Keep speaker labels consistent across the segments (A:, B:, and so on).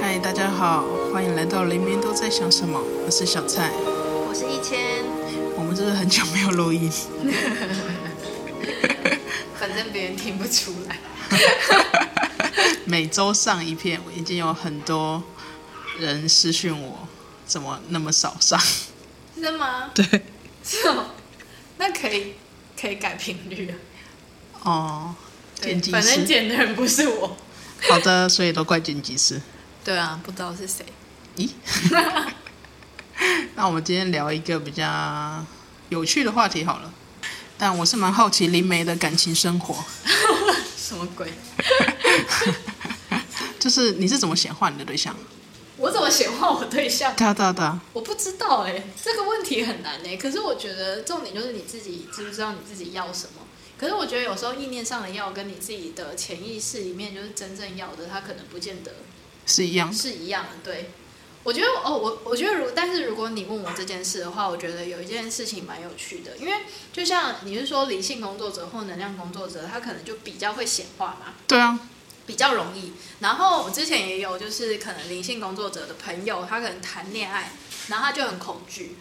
A: 嗨，大家好，欢迎来到《黎明都在想什么》，我是小蔡。
B: 我是一千，
A: 我们是不是很久没有录音？
B: 反正别人听不出来。
A: 每周上一片，我已经有很多人私讯我，怎么那么少上？
B: 真的吗？
A: 对，
B: 是哦，那可以可以改频率啊。
A: 哦，
B: 对
A: 剪辑
B: 反正
A: 师，
B: 剪的人不是我。
A: 好的，所以都怪剪辑师。
B: 对啊，不知道是谁。
A: 咦， 那我们今天聊一个比较有趣的话题好了。但我是蛮好奇林梅的感情生活，
B: 什么鬼？
A: 就是你是怎么显化你的对象？
B: 我怎么显化我对象？
A: 对啊对啊对啊，
B: 我不知道哎、这个问题很难哎、可是我觉得重点就是你自己知不知道你自己要什么。可是我觉得有时候意念上的要跟你自己的潜意识里面就是真正要的，它可能不见得
A: 是一样的。
B: 是一样的，对。我觉得哦，我我觉得如，但是如果你问我这件事的话，我觉得有一件事情蛮有趣的，因为就像你是说理性工作者或能量工作者，他可能就比较会显化嘛，
A: 对啊，
B: 比较容易。然后我之前也有就是可能灵性工作者的朋友，他可能谈恋爱，然后他就很恐惧，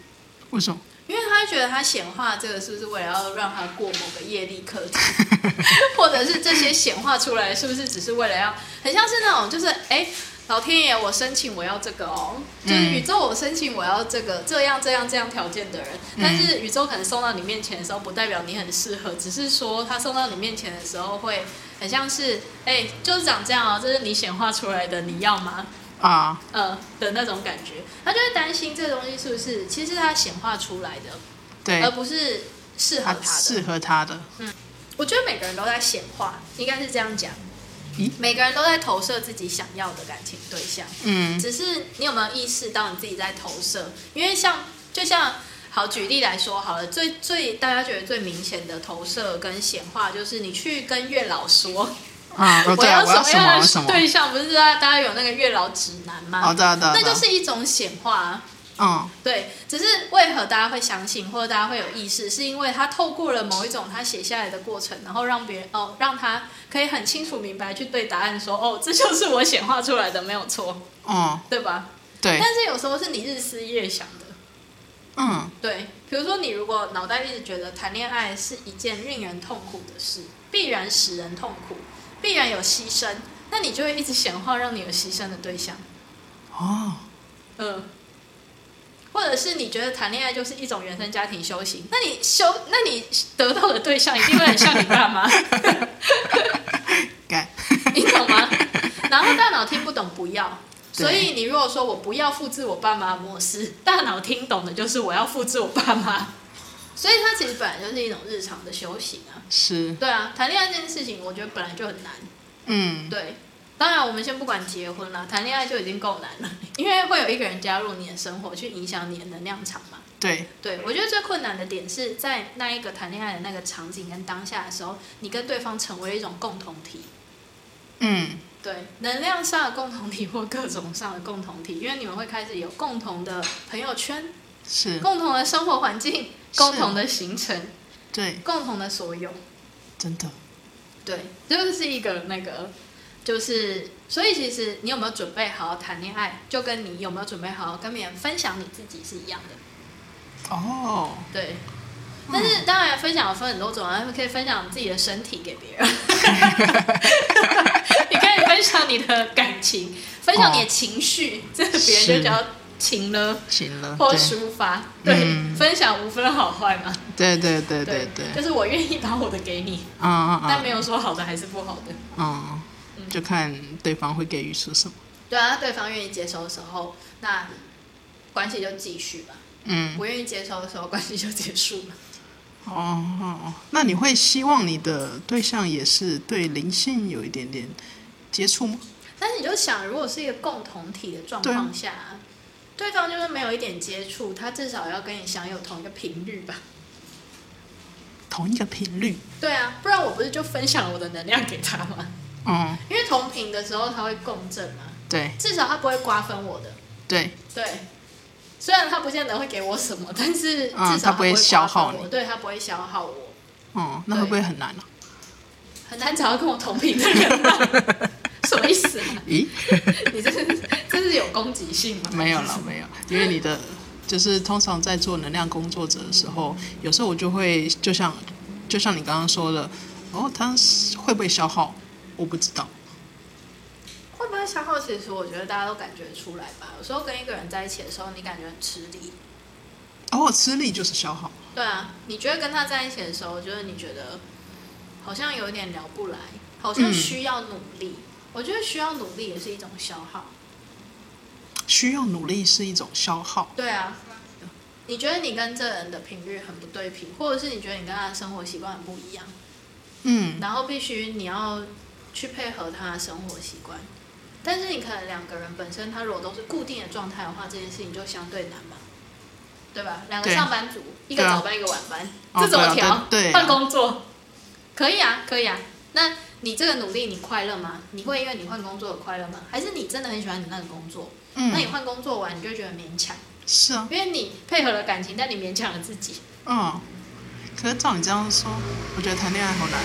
A: 为什么？
B: 因为他觉得他显化这个是不是为了要让他过某个业力课题， 或者是这些显化出来是不是只是为了要，很像是那种就是哎。老天爷，我申请我要这个哦，就是
A: 嗯
B: 宇宙我申请我要这个这样这样这样条件的人，但是宇宙可能送到你面前的时候，不代表你很适合，只是说他送到你面前的时候会很像是哎，就是长这样哦，这是你显化出来的，你要吗？
A: 啊，
B: 呃的那种感觉，他就会担心这个东西是不是其实是他显化出来的，
A: 对
B: 而，不是适合
A: 他
B: 他
A: 适
B: 的。
A: 合他的，
B: 我觉得每个人都在显化，应该是这样讲
A: 咦。
B: 每个人都在投射自己想要的感情对象，
A: 嗯，
B: 只是你有没有意识到你自己在投射？因为像就像好举例来说好了，最最大家觉得最明显的投射跟显化，就是你去跟月老说
A: 啊，哦对啊，我要什么我
B: 什么
A: 要
B: 样
A: 什么，
B: 的对象，不是大家大家有那个月老指南吗？
A: 哦对啊对啊，
B: 那
A: 对啊
B: 就，是一种显化、啊。
A: 嗯，
B: 对，只是为何大家会相信，或者大家会有意识，是因为他透过了某一种他写下来的过程，然后让别人哦，让他可以很清楚明白去对答案说，哦，这就是我显化出来的，没有错，
A: 哦，
B: 对吧？
A: 对，
B: 但是有时候是你日思夜想的，
A: 嗯，
B: 对，比如说你如果脑袋一直觉得谈恋爱是一件令人痛苦的事，必然使人痛苦，必然有牺牲，那你就会一直显化让你有牺牲的对象。
A: 哦，
B: 嗯，或者是你觉得谈恋爱就是一种原生家庭修行，那你修，那你得到的对象一定会很像你爸妈，
A: 干，
B: 你懂吗？然后大脑听不懂不要，所以你如果说我不要复制我爸妈的模式，大脑听懂的就是我要复制我爸妈，所以它其实本来就是一种日常的修行啊。
A: 是，
B: 对啊，谈恋爱这件事情，我觉得本来就很难。
A: 嗯，
B: 对，当然我们先不管结婚啦，谈恋爱就已经够难了，因为会有一个人加入你的生活，去影响你的能量场嘛。
A: 对，
B: 对，我觉得最困难的点是在那一个谈恋爱的那个场景跟当下的时候，你跟对方成为了一种共同体，
A: 嗯，
B: 对，能量上的共同体或各种上的共同体，因为你们会开始有共同的朋友圈、
A: 是，
B: 共同的生活环境、
A: 嗯是
B: 共同的行程、
A: 对，
B: 共同的所有，
A: 真的，
B: 对，这就是一个那个，就是所以其实你有没有准备好谈恋爱，就跟你有没有准备好跟别人分享你自己是一样的。
A: 哦，
B: 对，但是当然分享有分很多种啊，可以分享自己的身体给别人， 你可以分享你的感情，分享你的情绪，这个别人
A: 是
B: 就叫情了
A: 行了，
B: 或
A: 对，
B: 抒发。对，
A: 嗯
B: 分享无分好坏嘛。
A: 对对对对对，
B: 就是我愿意把我的给你，
A: 啊啊
B: 但
A: 啊
B: 没有说好的还是不好的。，
A: 嗯就看对方会给予出什么，
B: 对啊，对方愿意接收的时候，那关系就继续吧；
A: 嗯，
B: 不愿意接收的时候，关系就结束了。
A: 哦哦，哦那你会希望你的对象也是对灵性有一点点接触吗？
B: 但是你就想，如果是一个共同体的状
A: 啊
B: 况下，对方就是没有一点接触，他至少要跟你享有同一个频率吧？
A: 同一个频率，
B: 对啊，不然我不是就分享我的能量给他 吗？
A: 嗯，
B: 因为同频的时候他会共振嘛，
A: 对
B: 至少他不会瓜分我的。
A: 对，
B: 对，虽然他不见得会给我什么，但是至
A: 嗯
B: 少
A: 他不会消耗
B: 瓜分我，对他不会消耗我。
A: 哦、那会不会很难呢、
B: 很难找到跟我同频的人吧，什么意思、啊？
A: 咦，
B: 你这是这是有攻击性吗？
A: 没有了，没有，因为你的就是通常在做能量工作者的时候，有时候我就会就像就像你刚刚说的，哦，它是会不会消耗，我不知道。
B: 会不会消耗？其实我觉得大家都感觉出来吧。有时候跟一个人在一起的时候，你感觉很吃力。
A: 哦，吃力就是消耗，
B: 对啊，你觉得跟他在一起的时候，就是你觉得好像有点聊不来，好像
A: 嗯
B: 需要努力。我觉得需要努力也是一种消耗。
A: 需要努力是一种消耗。
B: 对啊，你觉得你跟这人的频率很不对频，或者是你觉得你跟他的生活习惯很不一样，
A: 嗯，
B: 然后必须你要去配合他的生活习惯。但是你可能两个人本身他如果都是固定的状态的话，这件事情就相对难嘛，对吧？两个
A: 对
B: 上班族，一个
A: 对啊
B: 早班一个晚班，
A: 哦
B: 这怎么
A: 对
B: 调
A: 啊？对对啊
B: 换工作可以啊，可以啊。那你这个努力你快乐吗？你会因为你换工作而快乐吗？还是你真的很喜欢你那个工作？那你
A: 嗯，
B: 换工作完你就会觉得勉强。
A: 是啊，
B: 因为你配合了感情，但你勉强了自己。
A: 嗯。可是照你这样说，我觉得谈恋爱好难。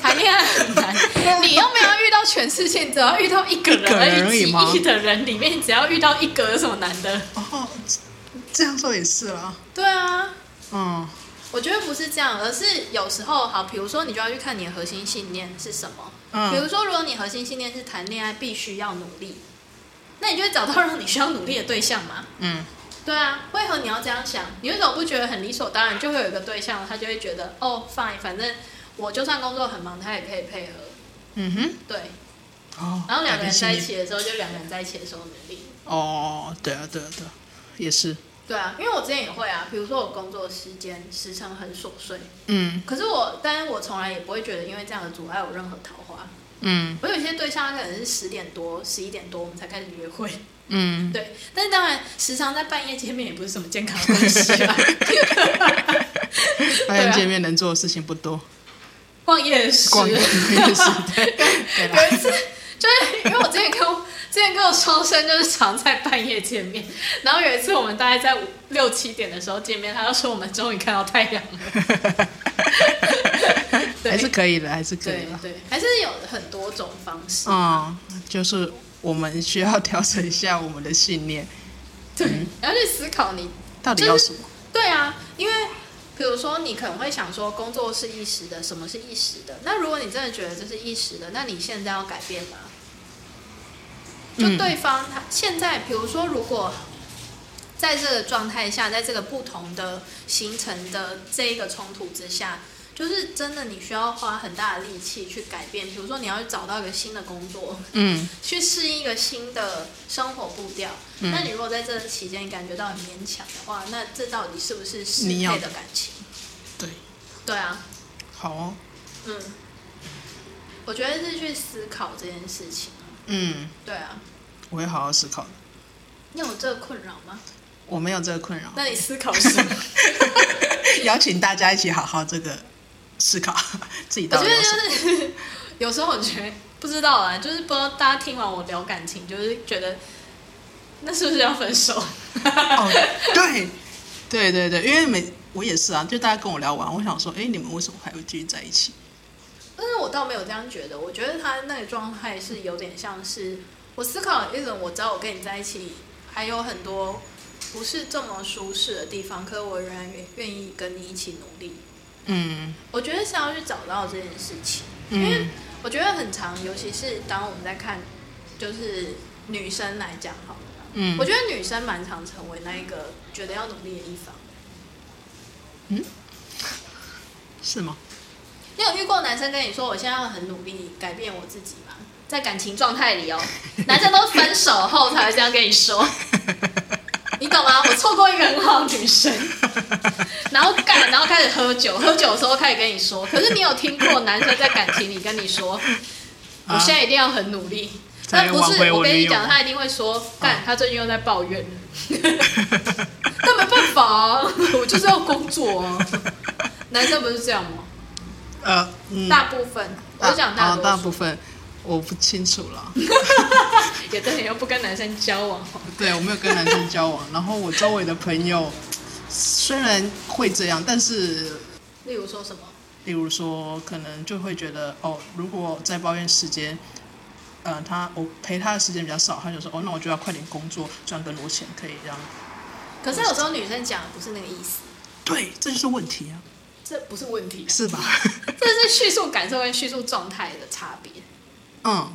B: 谈恋爱很难，你又没有遇到全世界，只要遇到一个
A: 一个人
B: 人，
A: 而已
B: 几
A: 吗
B: 亿的人里面，只要遇到一个，有什么难的？
A: 哦，这这样说也是啦。
B: 对啊，
A: 嗯
B: 我觉得不是这样，而是有时候好，比如说你就要去看你的核心信念是什么。比
A: 嗯
B: 如说，如果你核心信念是谈恋爱必须要努力，那你就会找到让你需要努力的对象嘛。
A: 嗯，
B: 对啊，为何你要这样想？你为什么不觉得很理所当然？就会有一个对象，他就会觉得哦，fine，反正我就算工作很忙，他也可以配合。
A: 嗯哼。
B: 对，
A: 哦，
B: 然后两个人在一
A: 改变信念。
B: 起的时候，就两个人在一起的时候努力。
A: 哦，对啊，对啊，对啊，也是。
B: 对啊，因为我之前也会啊，比如说我工作时间时程很琐碎，
A: 嗯
B: 可是我，但是我从来也不会觉得因为这样的阻碍我任何桃花。
A: 嗯
B: 我有一些对象，他可能是十点多、十一点多我们才开始约会，
A: 嗯，
B: 对。但是当然，时常在半夜见面也不是什么健康的关系 啊。
A: 发现见面能做的事情不多，
B: 逛夜 市，
A: 逛夜市。对对啦
B: 有一次，就是因为我之前跟我之前跟我双生就是常在半夜见面，然后有一次我们大概在五六七点的时候见面，他就说我们终于看到太阳了。 对
A: 还是可以的，还是可以
B: 对
A: 的。
B: 对，还是有很多种方式。
A: 嗯，就是我们需要调整一下我们的信念，
B: 对，你要去思考你
A: 到底要什么？
B: 对啊，因为比如说你可能会想说，工作是一时的，什么是一时的？那如果你真的觉得这是一时的，那你现在要改变吗？就
A: 嗯
B: 对方他现在，比如说，如果在这个状态下，在这个不同的形成的这一个冲突之下，就是真的你需要花很大的力气去改变。比如说，你要找到一个新的工作，
A: 嗯
B: 去适应一个新的生活步调。
A: 嗯
B: 那你如果在这期间你感觉到很勉强的话，那这到底是不是适
A: 你要
B: 配的感情？
A: 对，
B: 对啊，
A: 好哦，
B: 嗯，我觉得是去思考这件事情啊。
A: 嗯，
B: 对啊，
A: 我会好好思考的。
B: 你有这个困扰吗？
A: 我没有这个困扰，
B: 那你思考什 么？
A: 邀请大家一起好好这个思考 自己
B: 我
A: 到
B: 觉
A: 底
B: 得
A: 要什么。
B: 就是有时候我觉得不知道啊，就是不知道大家听完我聊感情，就是觉得那是不是要分手？
A: 哦，对，对对对，因为每我也是啊，就大家跟我聊完，我想说，哎，你们为什么还会继续在一起？
B: 但是我倒没有这样觉得，我觉得他那个状态是有点像是我思考了一种，我知道我跟你在一起还有很多不是这么舒适的地方，可是我仍然愿愿意跟你一起努力。
A: 嗯
B: 我觉得是要去找到这件事情，因为
A: 嗯
B: 我觉得很长，尤其是当我们在看就是女生来讲好了啦，
A: 嗯
B: 我觉得女生蛮常成为那一个觉得要努力的一方。
A: 是吗？
B: 你有遇过男生跟你说我现在要很努力改变我自己吗？在感情状态里哦，男生都分手后才会这样跟 你说，你懂吗？我错过一个很好的女生，然后干，然后开始喝酒，喝酒的时候开始跟你说。可是你有听过男生在感情里跟你说，我现在一定要很努力？
A: 才能
B: 那
A: 啊
B: 不
A: 挽回
B: 是，我
A: 我
B: 跟
A: 女
B: 你
A: 友啊
B: 讲，他一定会说，干，他最近又在抱怨 了。但没办法啊， 我就是要工作啊。男生不是这样吗？
A: 呃，嗯，
B: 大部分，我讲
A: 大
B: 大
A: 啊
B: 多
A: 大
B: 数
A: 部分我不清楚了。
B: 也对，又不跟男生交往，
A: 对，我没有跟男生交往，然后我周围的朋友虽然会这样，但是
B: 例如说什么，
A: 例如说，可能就会觉得哦，如果在抱怨时间，呃，他我陪他的时间比较少，他就说哦，那我就要快点工作赚更多钱，可以让。
B: 可是有时候女生讲的不是那个意思，
A: 对，这就是问题啊，
B: 这 不是问题，啊
A: 是吧？
B: 这是叙述感受跟叙述状态的差别。
A: 嗯，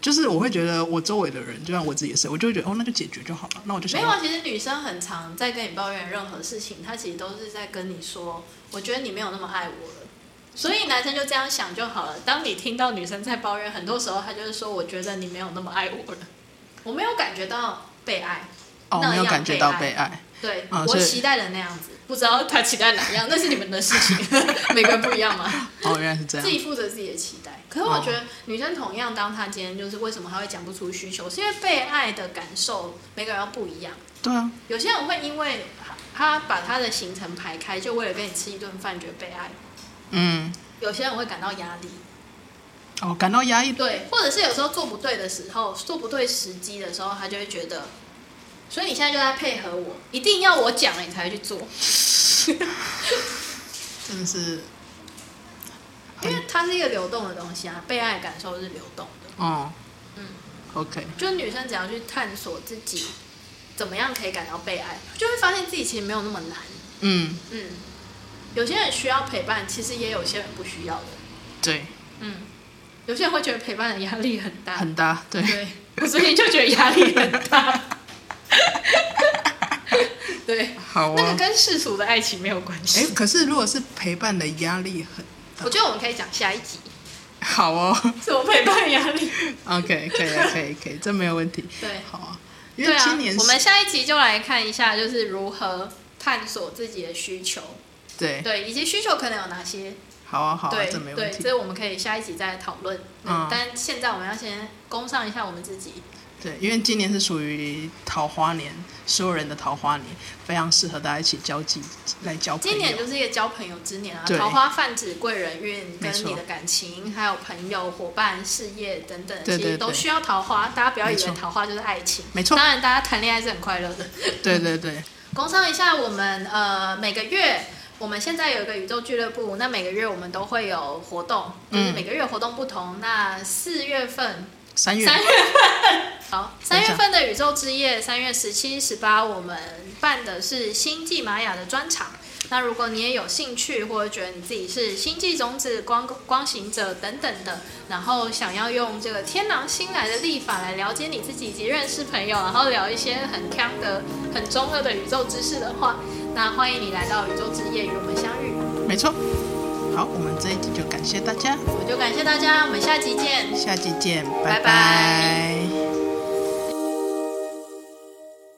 A: 就是我会觉得我周围的人，就像我自己也是，我就会觉得哦，那就解决就好了，那我就想
B: 没有
A: 要
B: 啊，其实女生很常在跟你抱怨任何事情，她其实都是在跟你说，我觉得你没有那么爱我了。所以男生就这样想就好了。当你听到女生在抱怨，很多时候她就是说，我觉得你没有那么爱我了，我没有感觉到被爱。
A: 哦，
B: 那
A: 没有
B: 样
A: 感觉
B: 被
A: 到
B: 爱
A: 被爱，
B: 对，
A: 啊
B: 我
A: 所以
B: 期待的那样子，不知道他期待哪样，那是你们的事 情，每个人不一样嘛，
A: 哦，原来是这样
B: 自，己负责自己的期待。
A: 啊
B: 可是我觉得女生同样，当她今天就是为什么她会讲不出需求，是因为被爱的感受每个人不一样。
A: 对啊，
B: 有些人会因为他把他的行程排开，就为了跟你吃一顿饭，觉得被爱；
A: 嗯，
B: 有些人会感到压力，
A: 哦，感到压抑，
B: 对，或者是有时候做不对的时候，做不对时机的时候，他就会觉得，所以你现在就在配合我，一定要我讲了你才会去做，
A: 真的是，
B: 因为它是一个流动的东西啊，被爱的感受是流动的。
A: 哦，
B: 嗯
A: ，OK，
B: 就是女生只要去探索自己怎么样可以感到被爱，就会发现自己其实没有那么难。
A: 嗯，
B: 嗯，有些人需要陪伴，其实也有些人不需要的。
A: 对，
B: 嗯，有些人会觉得陪伴的压力很大，
A: 很大，对，
B: 对，我最近就觉得压力很大。 对，
A: 好
B: 那个
A: 啊，
B: 跟世俗的爱情没有关
A: 哎，
B: 系。
A: 可是如果是陪伴的压力很
B: 我觉得我们可以讲下一集，
A: 好哦
B: 怎么陪伴压力。
A: ，OK，可以啊，可以，可以，这没有问题，
B: 对，
A: 好啊，因
B: 对
A: 为
B: 啊
A: 今年，
B: 我
A: 是
B: 们下一集就来看一下，就是如何探索自己的需求，
A: 对，
B: 对，以及需求可能有哪些。
A: 好啊，好啊，
B: 对
A: 这没
B: 对，
A: 问
B: 这
A: 题，
B: 个我们可以下一集再来讨论。嗯
A: 嗯，哎
B: 但现在我们要先攻上一下我们自己。
A: 对，因为今年是属于桃花年，所有人的桃花年，非常适合大家一起交际来交朋
B: 今年
A: 友，
B: 就是一个交朋友之年啊，
A: 对
B: 桃花泛指贵人运
A: 没
B: 跟
A: 错
B: 你的感情，还有朋友、伙伴、事业等等，
A: 对
B: 其实
A: 对
B: 都
A: 对
B: 需要桃花。大家不要以
A: 没
B: 为
A: 错
B: 桃花就是爱情，
A: 没错
B: 当然，大家谈恋爱是很快乐的。
A: 对对对，
B: 工商一下，我们呃每个月。我们现在有一个宇宙俱乐部，那每个月我们都会有活动，就是
A: 嗯
B: 每个月活动不同。那四月份
A: 三月
B: 三月份，好，三
A: 等一
B: 月
A: 下
B: 份的宇宙之夜，三月十七、十八，我们办的是星际玛雅的专场。那如果你也有兴趣，或者觉得你自己是星际种子、光光行者等等的，然后想要用这个天狼星来的历法来了解你自己以及认识朋友，然后聊一些很康的、很中二的宇宙知识的话，那欢迎你来到宇宙之夜与我们相遇。
A: 没错，好，我们这一集就感谢大家，
B: 我就感谢大家，我们下集见。
A: 下期见，
B: 拜拜
A: 拜